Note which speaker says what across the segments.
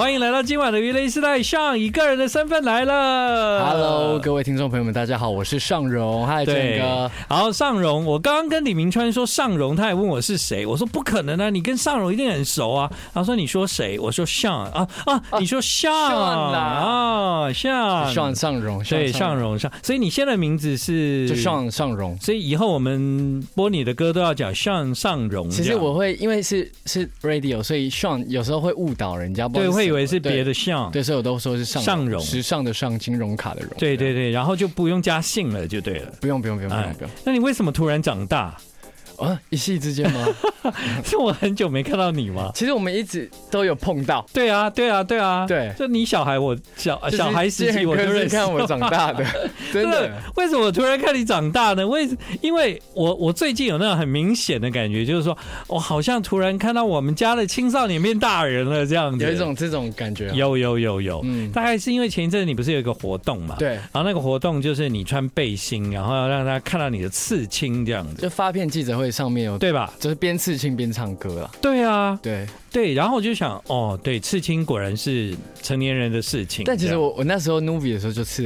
Speaker 1: 欢迎来到今晚的娱乐时代，上以个人的身份来了。
Speaker 2: Hello，各位听众朋友们，大家好，我是尚荣，嗨，郑
Speaker 1: 呃对
Speaker 2: 哥，，
Speaker 1: 好，尚荣，我刚刚跟李明川说尚荣，他也问我是谁，我说不可能啊，你跟尚荣一定很熟啊。他说你说谁？我说尚啊啊，你说尚
Speaker 2: 尚啊
Speaker 1: 啊尚
Speaker 2: 尚尚荣，
Speaker 1: 对尚
Speaker 2: 荣，
Speaker 1: 荣尚，所以你现在的名字是
Speaker 2: 就，尚尚荣。
Speaker 1: 所以以后我们播你的歌都要讲尚尚荣嗯这
Speaker 2: 其
Speaker 1: 样。
Speaker 2: 实我会因为是是 radio，所以 Sean 有时候会误导人家，不知
Speaker 1: 对
Speaker 2: 道
Speaker 1: 会以
Speaker 2: 什么
Speaker 1: 为是别
Speaker 2: 对
Speaker 1: 的尚，
Speaker 2: 对，所以我都说是尚
Speaker 1: 尚荣
Speaker 2: 时尚的尚，金融卡的荣。
Speaker 1: 对对对，然后就不用加姓了，就对了。
Speaker 2: 不用不用不用不
Speaker 1: 哎
Speaker 2: 用不用
Speaker 1: 那你为什么突然长大？
Speaker 2: 啊！一夕之 间吗？
Speaker 1: 是我很久没看到你吗？
Speaker 2: 其实我们一直都有碰到，
Speaker 1: 对啊，对啊，对啊，
Speaker 2: 对
Speaker 1: 就你小孩我，小
Speaker 2: 就是
Speaker 1: 啊小孩时期我就
Speaker 2: 建哥
Speaker 1: 认
Speaker 2: 是
Speaker 1: 识
Speaker 2: 看我长大的，真的。，
Speaker 1: 为什么我突然看你长大呢？为因为我我最近有那种很明显的感觉，就是说我好像突然看到我们家的青少年变大人了这样子，
Speaker 2: 有一种这种感觉啊，
Speaker 1: 有有有有，
Speaker 2: 嗯，
Speaker 1: 大概是因为前一阵你不是有一个活动嘛？。
Speaker 2: 对，
Speaker 1: 然后那个活动就是你穿背心，然后要让他看到你的刺青这样子，
Speaker 2: 就发片记者会上面有，
Speaker 1: 对吧？
Speaker 2: 就是边刺青边唱歌啦。
Speaker 1: 对啊，
Speaker 2: 对，
Speaker 1: 对。然后我就想，哦，对，刺青果然是成年人的事情。
Speaker 2: 但其
Speaker 1: 这
Speaker 2: 实
Speaker 1: 样
Speaker 2: 我我那时候 Nuvi 的时候就刺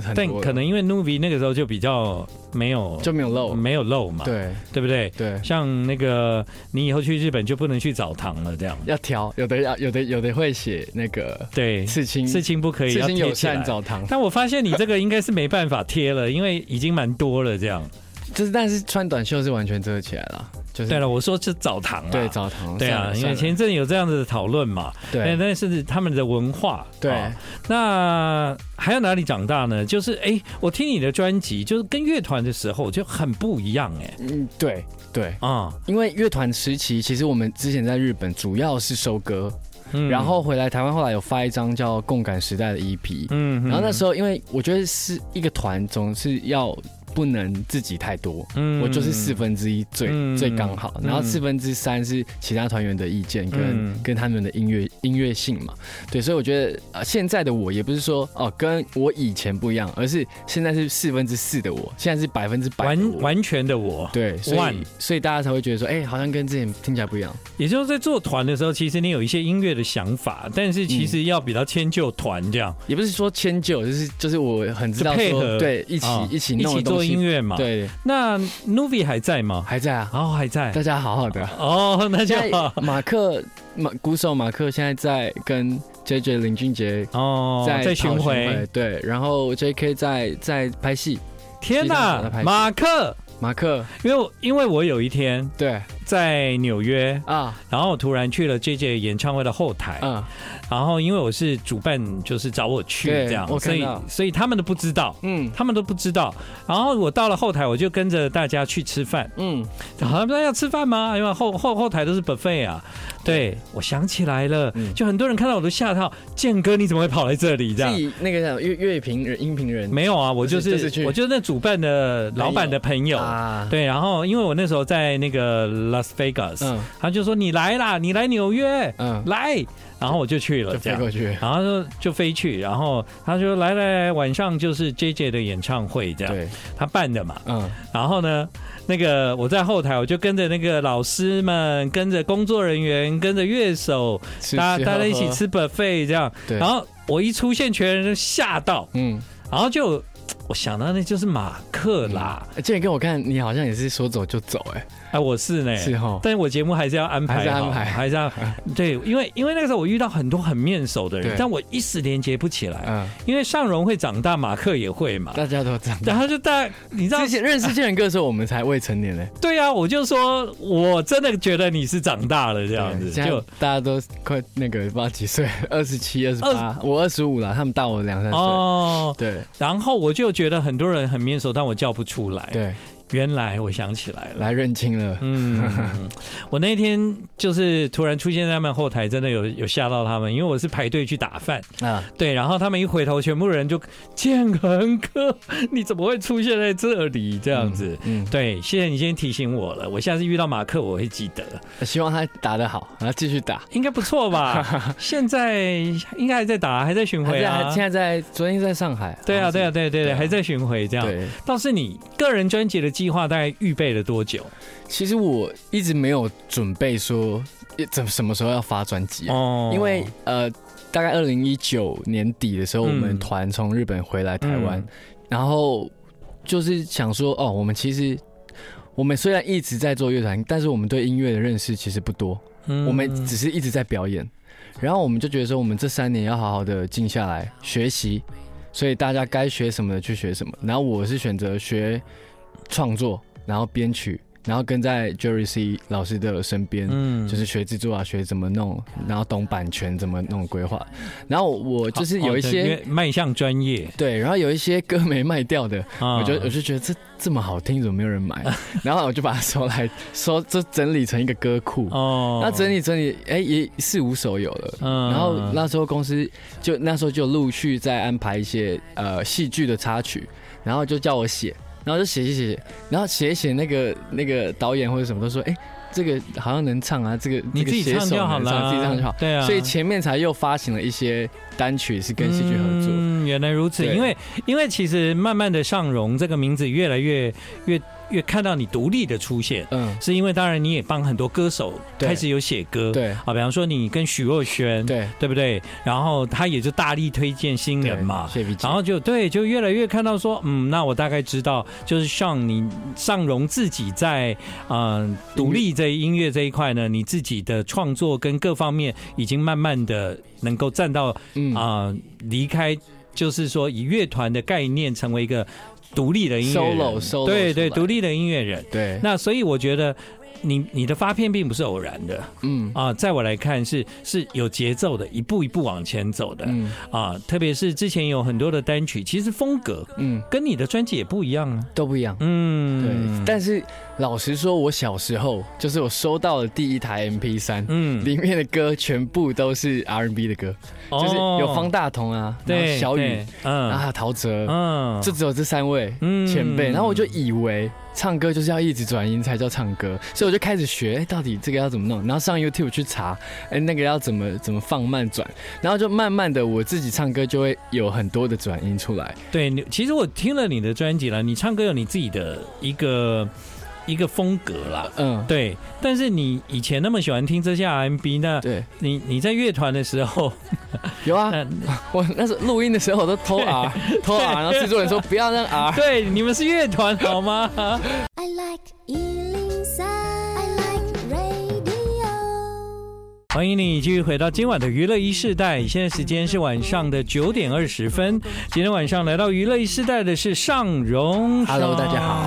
Speaker 2: 很
Speaker 1: 但
Speaker 2: 多了，
Speaker 1: 可能因为 Nuvi 那个时候就比较没有
Speaker 2: 就没有漏。
Speaker 1: 没有啊漏嘛，
Speaker 2: 对
Speaker 1: 对不对？
Speaker 2: 对，
Speaker 1: 像那个你以后去日本就不能去澡堂了，这样
Speaker 2: 要调，有的要有的有的会写那个
Speaker 1: 对，
Speaker 2: 刺青，
Speaker 1: 刺青不可以，
Speaker 2: 刺
Speaker 1: 要
Speaker 2: 青
Speaker 1: 贴
Speaker 2: 友
Speaker 1: 起来
Speaker 2: 善。澡堂，
Speaker 1: 但我发现你这个应该是没办法贴了，因为已经蛮多了这样。
Speaker 2: 就是但是穿短袖是完全遮起来了，就是
Speaker 1: 对了，我说是澡堂啊，
Speaker 2: 对澡堂，
Speaker 1: 对啊，
Speaker 2: 算了
Speaker 1: 因为
Speaker 2: 算了
Speaker 1: 前阵有这样子的讨论嘛，但
Speaker 2: 对
Speaker 1: 但是他们的文化
Speaker 2: 对
Speaker 1: 啊那还有哪里长大呢？就是哎、我听你的专辑，就是跟乐团的时候就很不一样哎、
Speaker 2: 嗯对对，
Speaker 1: 啊、
Speaker 2: 因为乐团时期其实我们之前在日本主要是收歌，
Speaker 1: 嗯
Speaker 2: 然后回来台湾后来有发一张叫《共感时代》的 EP，
Speaker 1: 嗯
Speaker 2: 然后那
Speaker 1: 候
Speaker 2: 时候因为我觉得是一个团总是要不能自己太多，
Speaker 1: 嗯
Speaker 2: 我就是四分之一最、
Speaker 1: 嗯
Speaker 2: 最刚好，然后
Speaker 1: 嗯
Speaker 2: 四分之三是其他团员的意见跟、
Speaker 1: 嗯
Speaker 2: 跟他们的音乐音乐性嘛，对，所以我觉得呃现在的我也不是说哦跟我以前不一样，而是现在是四分之四的我，现在是百分之百的
Speaker 1: 完
Speaker 2: 我
Speaker 1: 完全的我，
Speaker 2: 对，所以
Speaker 1: one
Speaker 2: 所以大家才会觉得说，哎、好像跟之前听起来不一样，
Speaker 1: 也就是在做团的时候，其实你有一些音乐的想法，但是其
Speaker 2: 嗯
Speaker 1: 实要比较迁就团这样，
Speaker 2: 也不是说迁就，就是就是我很知道
Speaker 1: 就配
Speaker 2: 说
Speaker 1: 合
Speaker 2: 对一起、
Speaker 1: 啊
Speaker 2: 一起
Speaker 1: 一
Speaker 2: 弄
Speaker 1: 起
Speaker 2: 的东
Speaker 1: 做
Speaker 2: 西，
Speaker 1: 音乐啊嘛。，
Speaker 2: 对，
Speaker 1: 那 Nuvi 还在吗？
Speaker 2: 还在啊，
Speaker 1: 哦，还在。
Speaker 2: 大家好好的。
Speaker 1: 哦， 那就
Speaker 2: 现在
Speaker 1: 好
Speaker 2: 马克马鼓手马克现在在跟 J J 林俊杰
Speaker 1: 哦，
Speaker 2: 在
Speaker 1: 在
Speaker 2: 跑
Speaker 1: 巡回。，
Speaker 2: 对，然后 J K 在在拍戏，
Speaker 1: 天
Speaker 2: 其实
Speaker 1: 哪
Speaker 2: 他在拍，戏
Speaker 1: 马克，
Speaker 2: 马克
Speaker 1: 因为我因为我有一天
Speaker 2: 对
Speaker 1: 在纽约，
Speaker 2: 啊
Speaker 1: 然后我突然去了 J J 演唱会的后台，
Speaker 2: 嗯
Speaker 1: 然后因为我是主办，就是找我去
Speaker 2: 对
Speaker 1: 这样，
Speaker 2: 我
Speaker 1: 所
Speaker 2: 看
Speaker 1: 以
Speaker 2: 到
Speaker 1: 所以他们都不知道。
Speaker 2: 嗯
Speaker 1: 他们都不知道，然后我到了后台，我就跟着大家去吃饭。
Speaker 2: 嗯，
Speaker 1: 然后他们说要哎吃饭吗？因为后后后台都是 buffet 啊。对，我想起来了，
Speaker 2: 嗯
Speaker 1: 就很多人看到我都吓到，建哥你怎么会跑来这里？这
Speaker 2: 自
Speaker 1: 样
Speaker 2: 己那个叫乐乐评人音频人
Speaker 1: 没有啊，我就
Speaker 2: 就是就是
Speaker 1: 是
Speaker 2: 去
Speaker 1: 我就是那主办的老板的朋友。
Speaker 2: 啊，
Speaker 1: 对，然后因为我那时候在那个 Las Vegas，、
Speaker 2: 嗯
Speaker 1: 他就说你来啦，你来纽约，
Speaker 2: 嗯，
Speaker 1: 来，然后我就去了，
Speaker 2: 就
Speaker 1: 这
Speaker 2: 飞
Speaker 1: 样。
Speaker 2: 过去，
Speaker 1: 然后就就飞去，然后他说来来来，晚上就是 J J 的演唱会这样，
Speaker 2: 对，
Speaker 1: 他办的嘛。
Speaker 2: 嗯
Speaker 1: 然后呢，那个我在后台，我就跟着那个老师们，跟着工作人员，跟着乐手，
Speaker 2: 吃
Speaker 1: 大
Speaker 2: 吃
Speaker 1: 家大家
Speaker 2: 喝喝
Speaker 1: 一起吃 buffet 这样。
Speaker 2: 对
Speaker 1: 然后我一出现，全人都吓到，
Speaker 2: 嗯，
Speaker 1: 然后就我想到那就是马克啦，
Speaker 2: 而啊且跟我看你好像也是说走就走哎，
Speaker 1: 哎，我是呢，
Speaker 2: 是哦哈，
Speaker 1: 但是我节目还是要安排好，
Speaker 2: 还是安排
Speaker 1: 还是 要对，因为因为那个时候我遇到很多很面熟的人
Speaker 2: 对，
Speaker 1: 但我一时连接不起来，
Speaker 2: 嗯，
Speaker 1: 因为尚荣会长大，马克也会嘛，
Speaker 2: 大家都这样。
Speaker 1: 然后就大你知道
Speaker 2: 之，前认识健人哥的时候，我们才未成年嘞，
Speaker 1: 对啊，我就说我真的觉得你是长大了这
Speaker 2: 这
Speaker 1: 样子，
Speaker 2: 现在
Speaker 1: 就
Speaker 2: 大家都快那个不知道几岁， 二十七、二十八，我二十五了，他们大我两三岁。
Speaker 1: 哦，
Speaker 2: 对
Speaker 1: 然后我就觉得很多人很面熟，但我叫不出来，
Speaker 2: 对，
Speaker 1: 原来我想起来了。
Speaker 2: 来认清了。
Speaker 1: 嗯， 我那天就是突然出现在他们后台，真的有有吓到他们，因为我是排队去打饭，
Speaker 2: 啊，
Speaker 1: 对，然后他们一回头，全部人就建恒哥，你怎么会出现在这里？这
Speaker 2: 这
Speaker 1: 样子。，
Speaker 2: 嗯，
Speaker 1: 对，谢谢你今天提醒我了。我下次遇到马克，我会记得，
Speaker 2: 嗯希望他打得好，然后继续打。
Speaker 1: 应该不错 吧？现在应该还在打，还在巡
Speaker 2: 还
Speaker 1: 回
Speaker 2: 在，
Speaker 1: 啊
Speaker 2: 还。现在在，昨天在上海。
Speaker 1: 对啊，
Speaker 2: 好像
Speaker 1: 对啊，对
Speaker 2: 是，
Speaker 1: 对对，
Speaker 2: 对啊
Speaker 1: 还在巡回这样。
Speaker 2: 对。
Speaker 1: 倒是你个人专辑的计划大概预备了多久？
Speaker 2: 其实我一直没有准备说，怎什么时候要发专辑啊，
Speaker 1: 哦
Speaker 2: 因为呃。大概二零一九年底的时候，我们
Speaker 1: 嗯
Speaker 2: 团从日本回来台湾，
Speaker 1: 嗯
Speaker 2: 然后就是想说，哦，我们其实我们虽然一直在做乐团，但是我们对音乐的认识其实不多，
Speaker 1: 嗯
Speaker 2: 我们只是一直在表演。然后我们就觉得说，我们这三年要好好的静下来学习，所以大家该学什么的去学什么。然后我是选择学创作，然后编曲，然后跟在 Jerry C 老师的身边，
Speaker 1: 嗯
Speaker 2: 就是学制作啊，学怎么弄，然后懂版权怎么弄规划。然后我
Speaker 1: 哦
Speaker 2: 就是有一
Speaker 1: 好
Speaker 2: 些
Speaker 1: 好的迈向专业
Speaker 2: 对，然后有一些歌没卖掉的，
Speaker 1: 啊，
Speaker 2: 我就我就觉得呃这这么好听，怎么没有 人买？然后我就把它收来收，这整理成一个歌库。
Speaker 1: 哦，
Speaker 2: 那整理整理，哎、也四五首有了。
Speaker 1: 嗯
Speaker 2: 然后那时候公司就那时候就陆续在安排一些呃戏剧的插曲，然后就叫我写，然后就写写写写，然后写一写那个那个导演或者什么都说，哎、这个好像能唱啊，这个
Speaker 1: 你自己
Speaker 2: 这个
Speaker 1: 唱
Speaker 2: 写手
Speaker 1: 就好
Speaker 2: 能唱
Speaker 1: 了，
Speaker 2: 自己唱就好。
Speaker 1: 对啊，
Speaker 2: 所以前面才又发行了一些单曲是跟戏剧合作。
Speaker 1: 嗯，原来如此，
Speaker 2: 对
Speaker 1: 因为因为其实慢慢的尚荣这个名字越来越越越看到你独立的出现，
Speaker 2: 嗯，
Speaker 1: 是因为当然你也帮很多歌手
Speaker 2: 对
Speaker 1: 开始有写歌，
Speaker 2: 对
Speaker 1: 啊，比方说你跟许若瑄，
Speaker 2: 对
Speaker 1: 对不对？然后他也就大力推荐新
Speaker 2: 对
Speaker 1: 人嘛。
Speaker 2: 谢比姐
Speaker 1: 嗯然后就对，就越来越看到说，嗯，那我大概知道，就是像你尚荣自己在嗯、呃独立这音乐这一块呢，你自己的创作跟各方面已经慢慢的能够站到
Speaker 2: 嗯
Speaker 1: 啊、离开就是说以乐团的概念成为一个独立的音乐人
Speaker 2: Solo- solo
Speaker 1: 对
Speaker 2: 出来
Speaker 1: 对，独立的音乐人。
Speaker 2: 对
Speaker 1: 那所以我觉得你你的发片并不是偶然的
Speaker 2: 嗯
Speaker 1: 啊、在我来看是是有节奏的，一步一步往前走的
Speaker 2: 嗯
Speaker 1: 啊、特别是之前有很多的单曲，其实风格
Speaker 2: 嗯
Speaker 1: 跟你的专辑也不一样啊。
Speaker 2: 都不一样。
Speaker 1: 嗯，
Speaker 2: 对，但是老实说，我小时候就是我收到的第一台 MP 三、
Speaker 1: 嗯，
Speaker 2: 里面的歌全部都是 R&B 的歌，就是有方
Speaker 1: 哦
Speaker 2: 大同啊，然后
Speaker 1: 对
Speaker 2: 小雨
Speaker 1: 对，嗯
Speaker 2: 啊，陶喆，
Speaker 1: 嗯
Speaker 2: 这只有这三位
Speaker 1: 嗯
Speaker 2: 前辈。然后我就以为唱歌就是要一直转音才叫唱歌，所以我就开始学，哎，到底这个要怎么弄？然后上 YouTube 去查，哎，那个要怎么怎么放慢转，然后就慢慢的我自己唱歌就会有很多的转音出来。
Speaker 1: 对，你其实我听了你的专辑了，你唱歌有你自己的一个一个风格啦。
Speaker 2: 嗯，
Speaker 1: 对，但是你以前那么喜欢听这些 RMB，那
Speaker 2: 对，
Speaker 1: 你你在乐团的时候，
Speaker 2: 有啊，
Speaker 1: 嗯，
Speaker 2: 我那时 候录音的时候，我都偷 R 偷 R，然后制作人说不要让啊 R。
Speaker 1: 对，你们是乐团好吗？
Speaker 3: I like Ealing Sound. I like radio.
Speaker 1: 欢迎你继续回到今晚的娱乐一世代，现在时间是晚上的九点二十分。今天晚上来到娱乐一世代的是尚荣
Speaker 2: Hello，
Speaker 1: 尚
Speaker 2: 大家好。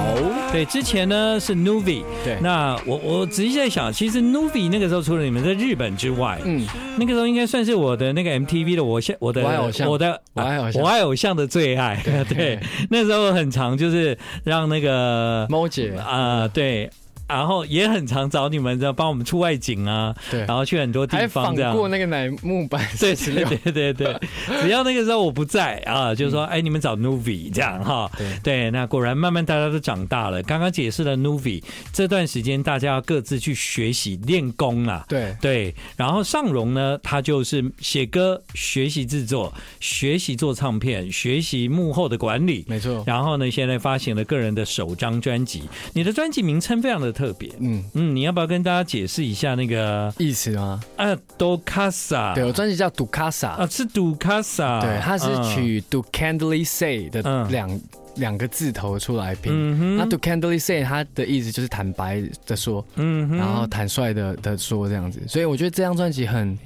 Speaker 1: 对，之前呢是 Nuvi，
Speaker 2: 对
Speaker 1: 那我我仔细在想，其实 Nuvi 那个时候除了你们在日本之外，
Speaker 2: 嗯，
Speaker 1: 那个时候应该算是我的那个 MTV 的我现我的
Speaker 2: 我爱偶像
Speaker 1: 我的
Speaker 2: 我爱偶像
Speaker 1: 我爱偶像的最爱。 对，那时候很常就是让那个
Speaker 2: 猫姐，
Speaker 1: 啊、对，然后也很常找你们，这样帮我们出外景啊，
Speaker 2: 对
Speaker 1: 然，后去很多
Speaker 2: 还
Speaker 1: 地
Speaker 2: 仿
Speaker 1: 方这样。
Speaker 2: 过那个乃木坂
Speaker 1: 对
Speaker 2: 46
Speaker 1: 对对对 对，只要那个时候我不在啊，就是说，哎，你们找 Nuvi 这样哈。
Speaker 2: 嗯对
Speaker 1: 对，那果然慢慢大家都长大了。刚刚解释了 Nuvi 这段时间，大家要各自去学习练功啦、
Speaker 2: 对
Speaker 1: 对，然后尚荣呢，他就是写歌、学习制作、学习做唱片、学习幕后的管理，
Speaker 2: 没错，
Speaker 1: 然后呢，现在发行了个人的首张专辑。你的专辑名称非常的特别，
Speaker 2: 嗯，
Speaker 1: 嗯，你要不要跟大家解释一下那个
Speaker 2: 意思吗？
Speaker 1: 阿多卡萨？
Speaker 2: 对我专辑叫《杜卡萨》，
Speaker 1: 啊，是杜卡萨，
Speaker 2: 对，它是
Speaker 1: 嗯，
Speaker 2: 取《Do Candly Say》的
Speaker 1: 嗯
Speaker 2: 两两个字头出来拼。
Speaker 1: 嗯哼，
Speaker 2: 那 Do Candly Say 它的意思就是坦白的说，
Speaker 1: 嗯哼，
Speaker 2: 然后坦率的的说这样子，所以我觉得这张专辑很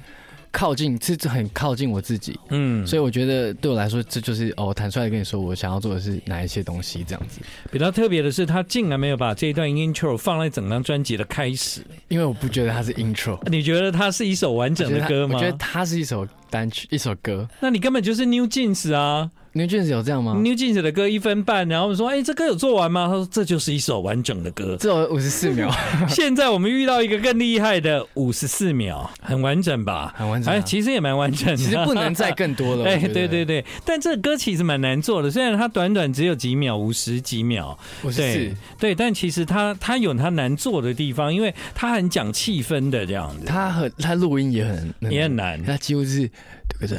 Speaker 2: 靠近，是是很靠近我自己。
Speaker 1: 嗯，
Speaker 2: 所以我觉得对我来说，这就是哦，坦率的跟你说，我想要做的是哪一些东西这样子，
Speaker 1: 比较特别的是，他竟然没有把这一段 intro 放在整张专辑的开始。
Speaker 2: 因为我不觉得它是 intro，
Speaker 1: 你觉得它是一首完整的歌吗？
Speaker 2: 我觉得它是一首单曲，一首歌。
Speaker 1: 那你根本就是 New Jeans 啊、
Speaker 2: 牛俊子有这样吗？
Speaker 1: n e w Jeans 的歌一分半，然后我们说，哎、这歌有做完吗？他说这就是一首完整的歌。
Speaker 2: 只有五十四 秒，
Speaker 1: 现在我们遇到一个更厉害的五十四秒，很完整吧？
Speaker 2: 很完整啊、
Speaker 1: 哎，其实也蛮完整的，
Speaker 2: 其实不能再 更多了。
Speaker 1: 哎，
Speaker 2: 我觉得
Speaker 1: 对对，对，但这个歌其实蛮难做的，虽然它短短只有几秒，五十几秒，
Speaker 2: 五十
Speaker 1: 对
Speaker 2: 四，
Speaker 1: 对，但其实它它有它难做的地方，因为它很讲气氛的这样子，
Speaker 2: 他很他录音也很
Speaker 1: 也很难。
Speaker 2: 他几乎是这个这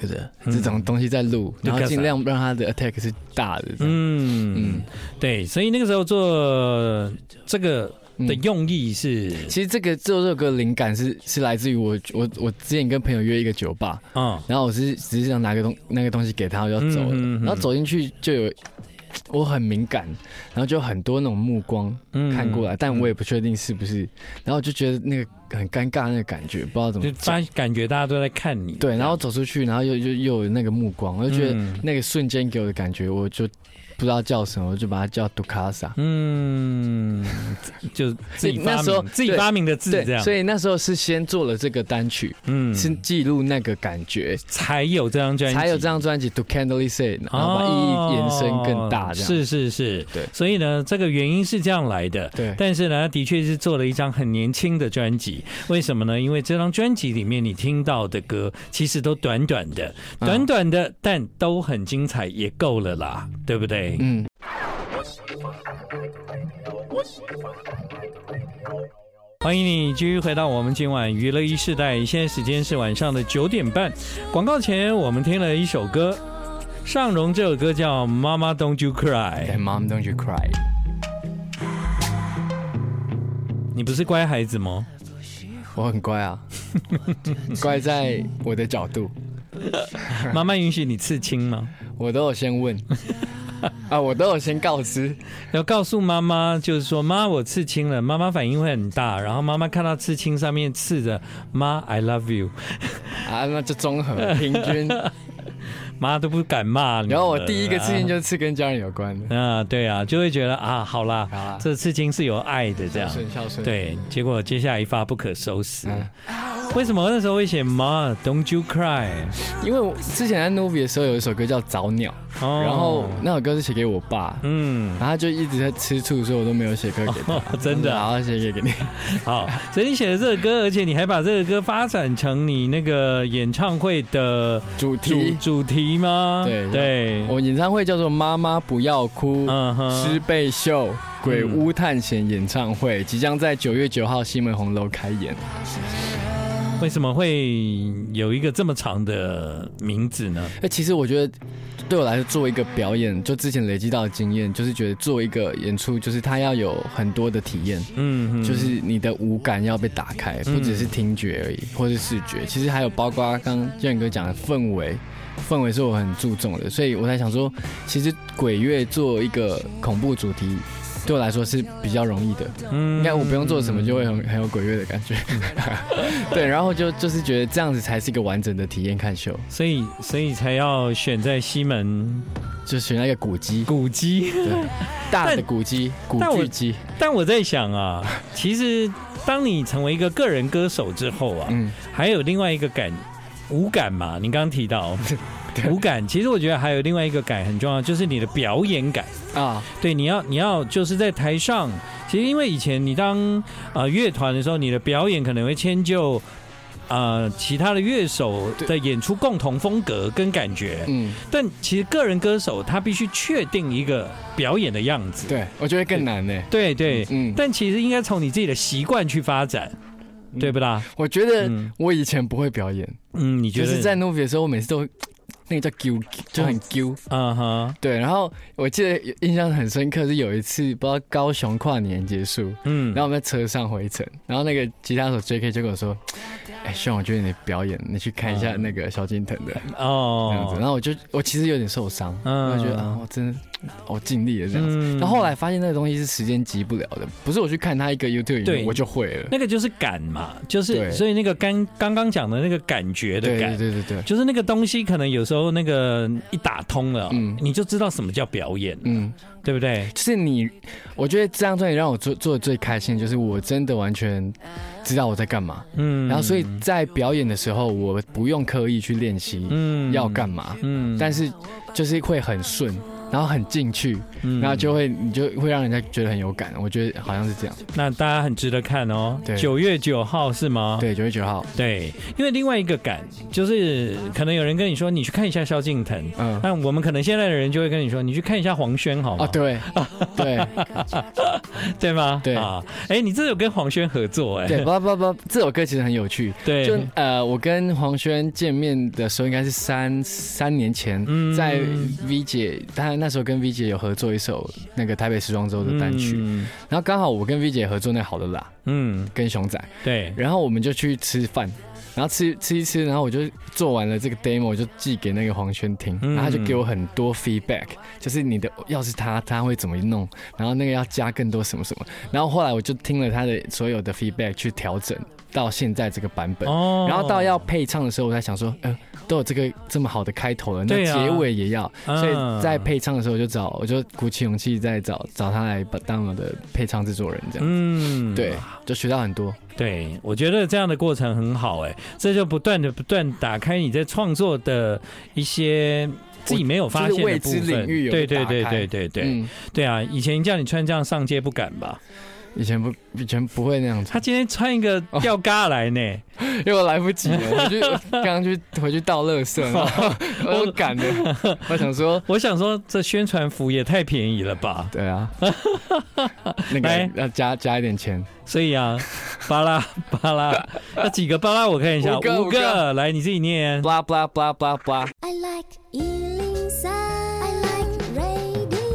Speaker 2: 这个这这种东西在录，
Speaker 1: 嗯
Speaker 2: 然后尽量让他的 attack 是大的。嗯，
Speaker 1: 嗯，对，所以那个时候做这个
Speaker 2: 嗯
Speaker 1: 的用意是，
Speaker 2: 其实这个这首歌灵感是是来自于我我我之前跟朋友约一个酒吧，
Speaker 1: 嗯
Speaker 2: 然后我是只是想拿个东那个东西给他，我就要走了，
Speaker 1: 嗯嗯嗯
Speaker 2: 然后走进去就有我很敏感，然后就有很多那种目光
Speaker 1: 嗯
Speaker 2: 看过来，但我也不确定是不是，然后我就觉得那个很尴尬那个感觉，不知道怎么
Speaker 1: 就
Speaker 2: 讲。
Speaker 1: 发感觉大家都在看你，
Speaker 2: 对，然后走出去，然后又又又有那个目光，我就觉得
Speaker 1: 嗯
Speaker 2: 那个瞬间给我的感觉，我就不知道叫什么，我就把它叫杜卡萨。
Speaker 1: 嗯，就自 己发
Speaker 2: 那时候
Speaker 1: 明自己
Speaker 2: 对
Speaker 1: 发明的字这
Speaker 2: 对，
Speaker 1: 样，
Speaker 2: 所以那时候是先做了这个单曲，
Speaker 1: 嗯，
Speaker 2: 是记录那个感觉，
Speaker 1: 才有这张专辑，哦
Speaker 2: 才有这张专辑《To Candle Say》，然后把意义延伸更大，这样、
Speaker 1: 是是是，
Speaker 2: 对
Speaker 1: 所以呢，这个原因是这样来的。
Speaker 2: 对
Speaker 1: 但是呢，的确是做了一张很年轻的专辑。为什么呢？因为这张专辑里面你听到的歌，其实都短短的，
Speaker 2: 嗯
Speaker 1: 短短的，但都很精彩，也够了啦，对不对？
Speaker 2: 嗯，
Speaker 1: 欢迎你继续回到我们今晚娱乐一世代，现在时间是晚上的九点半。广告前我们听了一首歌，尚荣这首歌叫《妈妈 Don't You Cry》
Speaker 2: 哎、。Mom Don't You Cry，
Speaker 1: 你不是乖孩子 吗？
Speaker 2: 我很 乖啊，乖在我的角度，
Speaker 1: 妈妈允许你刺青吗？
Speaker 2: 我都有先 问，啊，我都有先告知，
Speaker 1: 要告诉妈妈，就是说妈，我刺青了，妈妈反应会很大。然后妈妈看到刺青上面刺着“妈，I love you”，
Speaker 2: 啊，那就综合平均。
Speaker 1: 妈都不敢骂你了。
Speaker 2: 然后我第一个事情就是跟家人有关的，
Speaker 1: 啊，对啊，就会觉得啊，好啦，
Speaker 2: 好啦
Speaker 1: 这刺青是有爱的这样
Speaker 2: 孝。顺孝顺，，
Speaker 1: 对，结果接下来一发不可收拾。
Speaker 2: 嗯
Speaker 1: 为什么那时候会写妈，Don't you cry？
Speaker 2: 因为我之前在 n o v i 的时候有一首歌叫《早鸟》，
Speaker 1: 哦
Speaker 2: 然后那首歌是写给我爸，
Speaker 1: 嗯，
Speaker 2: 然后他就一直在吃醋，所以我都没有写歌给 他。
Speaker 1: 真的
Speaker 2: 然
Speaker 1: 啊
Speaker 2: 后写歌给你。
Speaker 1: 好，所以你写的这个歌，而且你还把这个歌发展成你那个演唱会的主
Speaker 2: 主题，
Speaker 1: 主题吗？
Speaker 2: 对
Speaker 1: 对，
Speaker 2: 我演唱会叫做《妈妈不要哭》，
Speaker 1: 嗯
Speaker 2: 狮
Speaker 1: 哼，
Speaker 2: 背秀鬼屋探险演唱会
Speaker 1: 嗯
Speaker 2: 即将在九月九号西门红楼开演。
Speaker 1: 为什么会有一个这么长的名字呢？
Speaker 2: 哎，其实我觉得。对我来说，做一个表演，就之前累积到的经验，就是觉得做一个演出，就是它要有很多的体验，
Speaker 1: 嗯哼，
Speaker 2: 就是你的五感要被打开，不只是听觉而已，或是视觉，其实还有包括刚刚建哥讲的氛围，氛围是我很注重的，所以我才想说，其实鬼月做一个恐怖主题。对我来说是比较容易的，
Speaker 1: 嗯
Speaker 2: 应该我不用做什么就会很很有鬼月的感觉， 对，然后就就是觉得这样子才是一个完整的体验看秀，
Speaker 1: 所以所以才要选在西门
Speaker 2: 就选那个古迹，
Speaker 1: 古迹。
Speaker 2: 大的
Speaker 1: 但
Speaker 2: 古迹，古
Speaker 1: 但我
Speaker 2: 巨基，
Speaker 1: 但我在想啊，其实当你成为一个个人歌手之后啊，
Speaker 2: 嗯，
Speaker 1: 还有另外一个感，五感嘛，你刚刚提 到五感，其实我觉得还有另外一个感很重要，就是你的表演感。
Speaker 2: 啊，
Speaker 1: 对，你要你要就是在台上，其实因为以前你当呃乐团的时候，你的表演可能会迁就。呃，其他的乐手的演出共同风格跟感觉，
Speaker 2: 嗯，
Speaker 1: 但其实个人歌手他必须确定一个表演的样子。
Speaker 2: 对，我觉得更难呢，
Speaker 1: 对对，
Speaker 2: 嗯，
Speaker 1: 但其实应该从你自己的习惯去发展，
Speaker 2: 嗯
Speaker 1: 对不啦？
Speaker 2: 我觉得
Speaker 1: 嗯
Speaker 2: 我以前不会表演，
Speaker 1: 嗯，你觉
Speaker 2: 就
Speaker 1: 得
Speaker 2: 是在 Novi 的时候，我每次都会那个叫 Q，就很 Q。
Speaker 1: 嗯哼，
Speaker 2: 对，然后我记得有印象很深刻是有一次，不知道高雄跨年结束，
Speaker 1: 嗯，
Speaker 2: 然后我们在车上回程，然后那个吉他手 J.K. 就跟我说：“哎，希望我觉得你的表演，你去看一下那个萧敬腾的这样子。”
Speaker 1: 嗯哦，
Speaker 2: 然后我就我其实有点受伤，
Speaker 1: 嗯
Speaker 2: 我就觉得啊，我真的我尽力了这样子。
Speaker 1: 嗯
Speaker 2: 然后后来发现那个东西是时间急不了的，不是我去看他一个 YouTube 影
Speaker 1: 对
Speaker 2: 片我就会了。
Speaker 1: 那个就是感嘛，就是
Speaker 2: 对
Speaker 1: 所以那个刚刚刚讲的那个感觉的
Speaker 2: 对
Speaker 1: 感
Speaker 2: 对，对对对，
Speaker 1: 就是那个东西，可能有时候那个一打通了，
Speaker 2: 嗯
Speaker 1: 你就知道什么叫表演，
Speaker 2: 嗯。
Speaker 1: 对不对？
Speaker 2: 就是你，我觉得这张专辑让我做做的最开心，就是我真的完全知道我在干嘛，
Speaker 1: 嗯
Speaker 2: 然后所以在表演的时候，我不用刻意去练习
Speaker 1: 嗯
Speaker 2: 要干嘛，
Speaker 1: 嗯
Speaker 2: 但是就是会很顺，然后很进去，
Speaker 1: 嗯
Speaker 2: 然后就会你就会让人家觉得很有感，我觉得好像是这样。
Speaker 1: 那大家很值得看哦，
Speaker 2: 对
Speaker 1: 九月九号是吗？
Speaker 2: 对，九月九号，
Speaker 1: 对，因为另外一个感就是，可能有人跟你说你去看一下萧敬腾，
Speaker 2: 嗯，
Speaker 1: 那我们可能现在的人就会跟你说你去看一下黄轩好吗？
Speaker 2: 哦， 对，对
Speaker 1: 对吗？
Speaker 2: 对
Speaker 1: 啊，哎，你这有跟黄轩合作哎，
Speaker 2: 对，不不不，这首歌其实很有趣。
Speaker 1: 对
Speaker 2: 就呃，我跟黄轩见面的时候应该是三三年前，
Speaker 1: 嗯
Speaker 2: 在 V 姐她那时候跟 V 姐有合作一首那个台北时装周的单曲，
Speaker 1: 嗯
Speaker 2: 然后刚好我跟 V 姐合作那好的啦，
Speaker 1: 嗯，
Speaker 2: 跟熊仔，
Speaker 1: 对，
Speaker 2: 然后我们就去吃饭，然后吃吃一吃，然后我就做完了这个 demo，我就寄给那个黄轩听，
Speaker 1: 嗯
Speaker 2: 然后他就给我很多 feedback，就是你的要是他他会怎么弄，然后那个要加更多什么什么，然后后来我就听了他的所有的 feedback 去调整到现在这个版本。
Speaker 1: 哦
Speaker 2: 然后到要配唱的时候，我才想说，呃，都有这个这么好的开头了，那
Speaker 1: 对啊
Speaker 2: 结尾也要，所
Speaker 1: 嗯
Speaker 2: 以在配唱的时候，我就找，我就鼓起勇气再找找他来当我的配唱制作人，这样，
Speaker 1: 嗯
Speaker 2: 对，就学到很多。
Speaker 1: 对，我觉得这样的过程很好哎、这就不断的不断打开你在创作的一些自己没有发现
Speaker 2: 就是
Speaker 1: 的
Speaker 2: 未
Speaker 1: 部
Speaker 2: 知
Speaker 1: 分，
Speaker 2: 领域有
Speaker 1: 对
Speaker 2: 被
Speaker 1: 对
Speaker 2: 打开
Speaker 1: 对对对对、
Speaker 2: 嗯
Speaker 1: 对啊！以前叫你穿这样上街不敢吧？
Speaker 2: 以前不，以前不会那样 子，
Speaker 1: 他今天穿一个吊嘎来呢、
Speaker 2: 因为我来不及 了，我就刚刚去回去倒垃圾，然后我赶的，我想说，
Speaker 1: 我想说这宣传服也太便宜了吧？
Speaker 2: 对啊，那
Speaker 1: 来
Speaker 2: 个要加加一点钱，
Speaker 1: 所以 啊，巴拉巴拉，那几个巴拉我看一下，
Speaker 2: 五个
Speaker 1: 五
Speaker 2: 五
Speaker 1: 个，
Speaker 2: 个
Speaker 1: 来你自己念。
Speaker 2: blah blah blah blah blah。
Speaker 3: I like Ealing Sound. I like radio.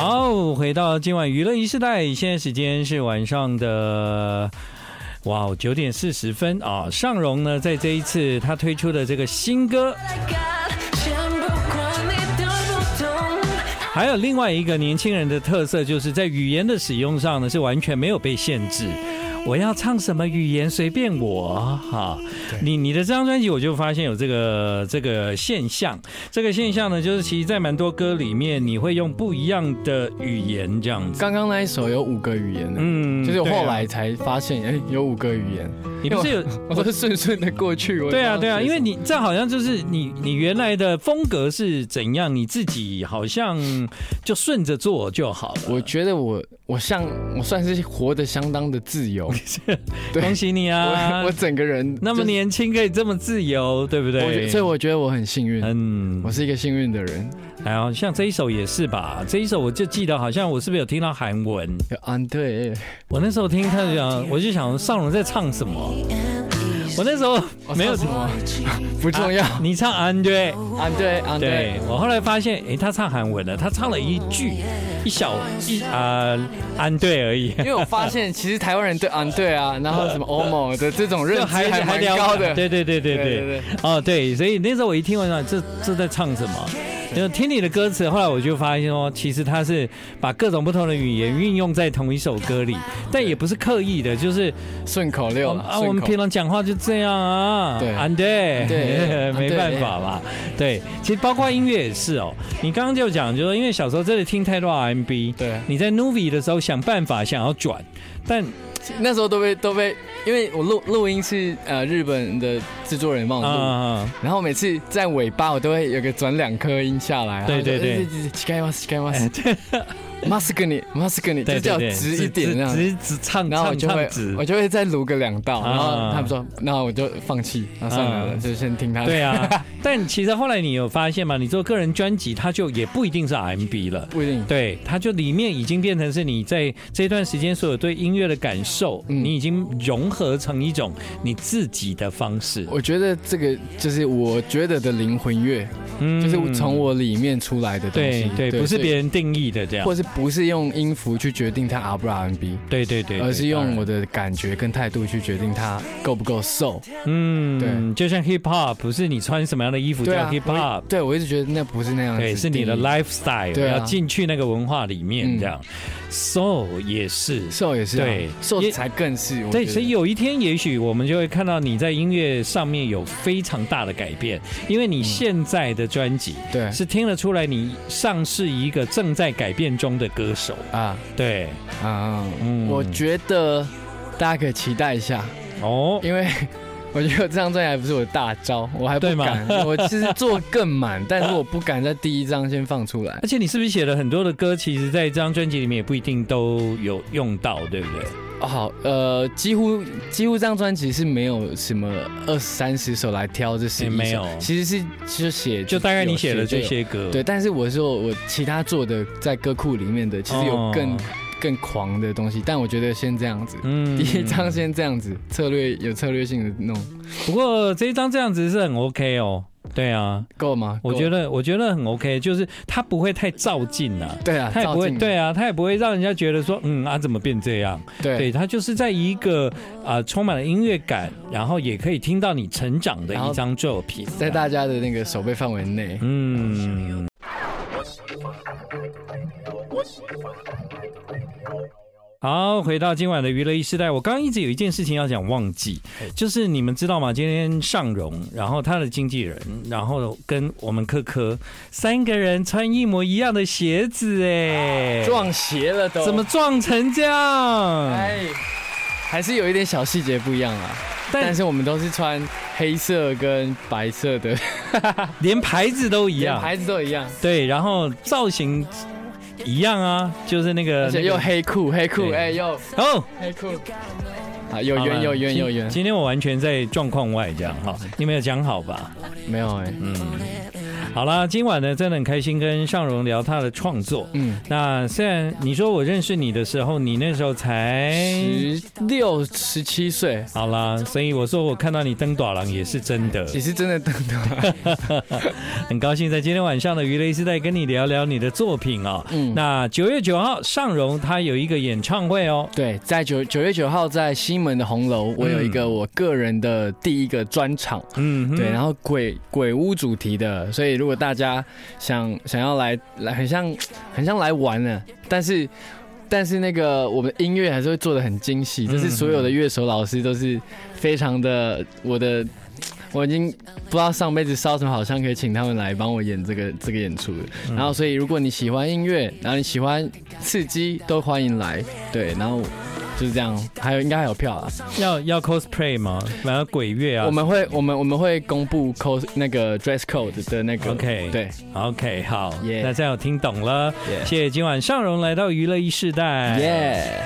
Speaker 1: 好，回到今晚娱乐一时代，现在时间是晚上的。哇，九点四十分啊！尚荣呢，在这一次他推出的这个新歌，还有另外一个年轻人的特色，就是在语言的使用上呢，是完全没有被限制。我要唱什么语言随便我哈、你你的这张专辑，我就发现有这个这个现象。这个现象呢，就是其实，在蛮多歌里面，你会用不一样的语言这样子。
Speaker 2: 刚刚那一首有五个语言的，
Speaker 1: 嗯
Speaker 2: 就是
Speaker 1: 对啊
Speaker 2: 后来才发现，哎，有五个语言，
Speaker 1: 你不是 有
Speaker 2: 我都顺顺的过去。我
Speaker 1: 对啊，
Speaker 2: 不
Speaker 1: 对
Speaker 2: 知道
Speaker 1: 啊，
Speaker 2: 写
Speaker 1: 因为
Speaker 2: 什么
Speaker 1: 你这好像就是你你原来的风格是怎样，你自己好像就顺着做就好了。
Speaker 2: 我觉得我我像我算是活得相当的 自由，对
Speaker 1: 恭喜你啊
Speaker 2: 我我！整个人
Speaker 1: 那么
Speaker 2: 就是
Speaker 1: 年轻可以这么自由，对不
Speaker 2: 我觉
Speaker 1: 对？
Speaker 2: 得所以我觉得我很幸运，
Speaker 1: 嗯
Speaker 2: 我，是一个幸运的人。
Speaker 1: 然后哎像这一首也是吧，这一首我就记得好像我是不是有听到韩文？
Speaker 2: 安啊对，
Speaker 1: 我那时候听他讲，我就想尚荣在唱什么。
Speaker 2: 哦
Speaker 1: 我那时候没有
Speaker 2: 什么，啊 不重要。
Speaker 1: 你唱安对，
Speaker 2: 安对，安
Speaker 1: 对
Speaker 2: 对，
Speaker 1: 我后来发现，诶，他唱韩文的，他唱了一句一小一啊、安对而已。
Speaker 2: 因为我发现其实台湾人对安对啊，然后什么欧某的这种认
Speaker 1: 就
Speaker 2: 知
Speaker 1: 还
Speaker 2: 还蛮
Speaker 1: 聊
Speaker 2: 高的。
Speaker 1: 对对对对
Speaker 2: 对对
Speaker 1: 对，哦对，所以那时候我一听完了，这这在唱什么？然后听你的歌词，后来我就发现哦，其实他是把各种不同的语言运用在同一首歌里，但也不是刻意的，就是
Speaker 2: 顺口
Speaker 1: 我
Speaker 2: 溜
Speaker 1: 们
Speaker 2: 了，
Speaker 1: 啊，
Speaker 2: 顺
Speaker 1: 我们
Speaker 2: 口
Speaker 1: 平常讲话就这样啊，
Speaker 2: 对
Speaker 1: 安对，
Speaker 2: 对
Speaker 1: 没办法嘛，对，其实包括音乐也是哦，你刚刚就讲，就是说因为小时候真的听太多 RMB，
Speaker 2: 对
Speaker 1: 你在 Novi 的时候想办法想要转，但
Speaker 2: 那时候都被都被，因为我录录音是呃日本的制作人帮我录，
Speaker 1: 啊、
Speaker 2: 然后每次在尾巴我都会有个转两颗音下来，
Speaker 1: 对
Speaker 2: 然后就哎
Speaker 1: 对对，
Speaker 2: 違います違います，マスクにマスクに就
Speaker 1: 对
Speaker 2: 叫
Speaker 1: 对对，
Speaker 2: 直一点那样子。
Speaker 1: 直直直唱
Speaker 2: 然后我
Speaker 1: 唱
Speaker 2: 就会
Speaker 1: 唱直
Speaker 2: 我。就会再撸个两道，
Speaker 1: 啊
Speaker 2: 然后他们说，那我就放弃，那算了，
Speaker 1: 嗯
Speaker 2: 就先听他的。
Speaker 1: 对啊，但其实后来你有发现吗？你做个人专辑，它就也不一定是 RMB 了。
Speaker 2: 不一定。
Speaker 1: 对，它就里面已经变成是你在这段时间所有对音乐的感受，
Speaker 2: 嗯
Speaker 1: 你已经融合成一种你自己的方式。
Speaker 2: 我觉得这个就是我觉得的灵魂乐，
Speaker 1: 嗯
Speaker 2: 就是从我里面出来的东西
Speaker 1: 对，对，不是
Speaker 2: 所以
Speaker 1: 别人定义的这样
Speaker 2: 或。是不是用音符去决定它 R 不 R&B，
Speaker 1: 对对对，
Speaker 2: 呃而是用我
Speaker 1: 的
Speaker 2: 的感觉跟态度去决定它够不够 soul。
Speaker 1: 嗯，就像 hip hop，不是你穿什么样的衣服
Speaker 2: 对
Speaker 1: 叫
Speaker 2: 啊
Speaker 1: hip hop，
Speaker 2: 对我一直觉得那不是那样子定
Speaker 1: 对，
Speaker 2: 义，
Speaker 1: 是你的 lifestyle，
Speaker 2: 对啊嗯
Speaker 1: 要进去那个文化里面这样。Soul 也是，
Speaker 2: soul 也是啊
Speaker 1: 对也
Speaker 2: ，soul 才更是我
Speaker 1: 对，
Speaker 2: 觉得
Speaker 1: 所以有一天也许我们就会看到你在音乐上面有非常大的改变，因为你现在的专辑
Speaker 2: 嗯对
Speaker 1: 是听得出来你上是一个正在改变中的歌手。
Speaker 2: 啊
Speaker 1: 对，
Speaker 2: 啊，
Speaker 1: 嗯
Speaker 2: 我觉得大家可以期待一下，
Speaker 1: 哦，
Speaker 2: 因为 我觉得这张专辑还不是我的大招，我还不
Speaker 1: 对嘛
Speaker 2: 敢，我其实做更满，但是我不敢在第一张先放出来
Speaker 1: 而。且你是不是写了很多的歌，其实在这张专辑里面也不一定都有用到，对不对？
Speaker 2: 哦好，呃，几乎几乎这张专辑是没有什么二三十首来挑这十一
Speaker 1: 也
Speaker 2: 首，
Speaker 1: 没有
Speaker 2: 其实是就写
Speaker 1: 就大概你写了这
Speaker 2: 有就有
Speaker 1: 些歌，
Speaker 2: 对，但是我说我其他做的在歌库里面的，其实有更、
Speaker 1: 哦
Speaker 2: 更狂的东西，但我觉得先这样子，
Speaker 1: 嗯
Speaker 2: 第一张先这样子，策略有策略性的弄，
Speaker 1: 不过这一张这样子是很 OK 哦，对啊，
Speaker 2: 够吗？
Speaker 1: 我
Speaker 2: 够
Speaker 1: 觉得我觉得很 OK，就是它不会太照进啊，
Speaker 2: 对啊，
Speaker 1: 它也不会
Speaker 2: 照镜
Speaker 1: 对啊，它也不会让人家觉得说，嗯啊怎么变这样？
Speaker 2: 对，
Speaker 1: 对，它就是在一个啊、呃充满了音乐感，然后也可以听到你成长的
Speaker 2: 然后
Speaker 1: 一张作品。
Speaker 2: 在大家的那个手背范围内，
Speaker 1: 嗯，好，回到今晚的娱乐一时代，我刚刚一直有一件事情要讲，忘记，就是你们知道吗？今天尚荣，然后他的经纪人，然后跟我们科科三个人穿一模一样的鞋子，哎，
Speaker 2: 撞邪了 都。
Speaker 1: 怎么？撞成这样？
Speaker 2: 哎，还是有一点小细节不一样啦。但
Speaker 1: 但
Speaker 2: 是我们都是穿黑色跟白色的，
Speaker 1: 连牌子都一样，
Speaker 2: 牌子都一样，
Speaker 1: 对，然后造型一样啊，就是那个
Speaker 2: 而且
Speaker 1: 那个
Speaker 2: 又黑裤，黑裤，
Speaker 1: 对
Speaker 2: 哎，又
Speaker 1: 哦。
Speaker 2: 黑裤，啊，有
Speaker 1: 好
Speaker 2: 缘
Speaker 1: 了
Speaker 2: 有缘
Speaker 1: 今
Speaker 2: 有缘，
Speaker 1: 今天我完全在状况外，这样哈，你们有讲好吧？嗯
Speaker 2: 没有哎，
Speaker 1: 好啦，今晚呢真的很开心跟尚荣聊他的创作。
Speaker 2: 嗯，
Speaker 1: 那虽然你说我认识你的时候，你那时候才
Speaker 2: 十六十七岁，
Speaker 1: 好啦，所以我说我看到你登短廊也是真的，
Speaker 2: 也是真的等的，
Speaker 1: 很高兴在今天晚上的娱乐时代跟你聊聊你的作品哦。
Speaker 2: 嗯，
Speaker 1: 那九月九号尚荣他有一个演唱会哦，
Speaker 2: 对，在九九月九号在西门的红楼，我有一个我个人的第一个专场，
Speaker 1: 嗯哼，
Speaker 2: 对，然后鬼鬼屋主题的，所以如果大家想想要来来，很像很像来玩呢、但是但是那个我们音乐还是会做的很精
Speaker 1: 嗯
Speaker 2: 细，就是所有的乐手老师都是非常的，我的我已经不知道上辈子烧什么好香，可以请他们来帮我演这个这个演出的。
Speaker 1: 嗯
Speaker 2: 然后所以如果你喜欢音乐，然后你喜欢刺激，都欢迎来，对，然后。就是这样，还有应该还有票啊！
Speaker 1: 要要 cosplay 吗？反正鬼月啊
Speaker 2: 我们会我们我们会公布 cos 那个 dress code 的那个
Speaker 1: OK
Speaker 2: 对，
Speaker 1: OK，好
Speaker 2: Yeah
Speaker 1: 那这样我听懂了。
Speaker 2: Yeah
Speaker 1: 谢谢今晚尚荣来到娱乐一世代。
Speaker 2: 耶。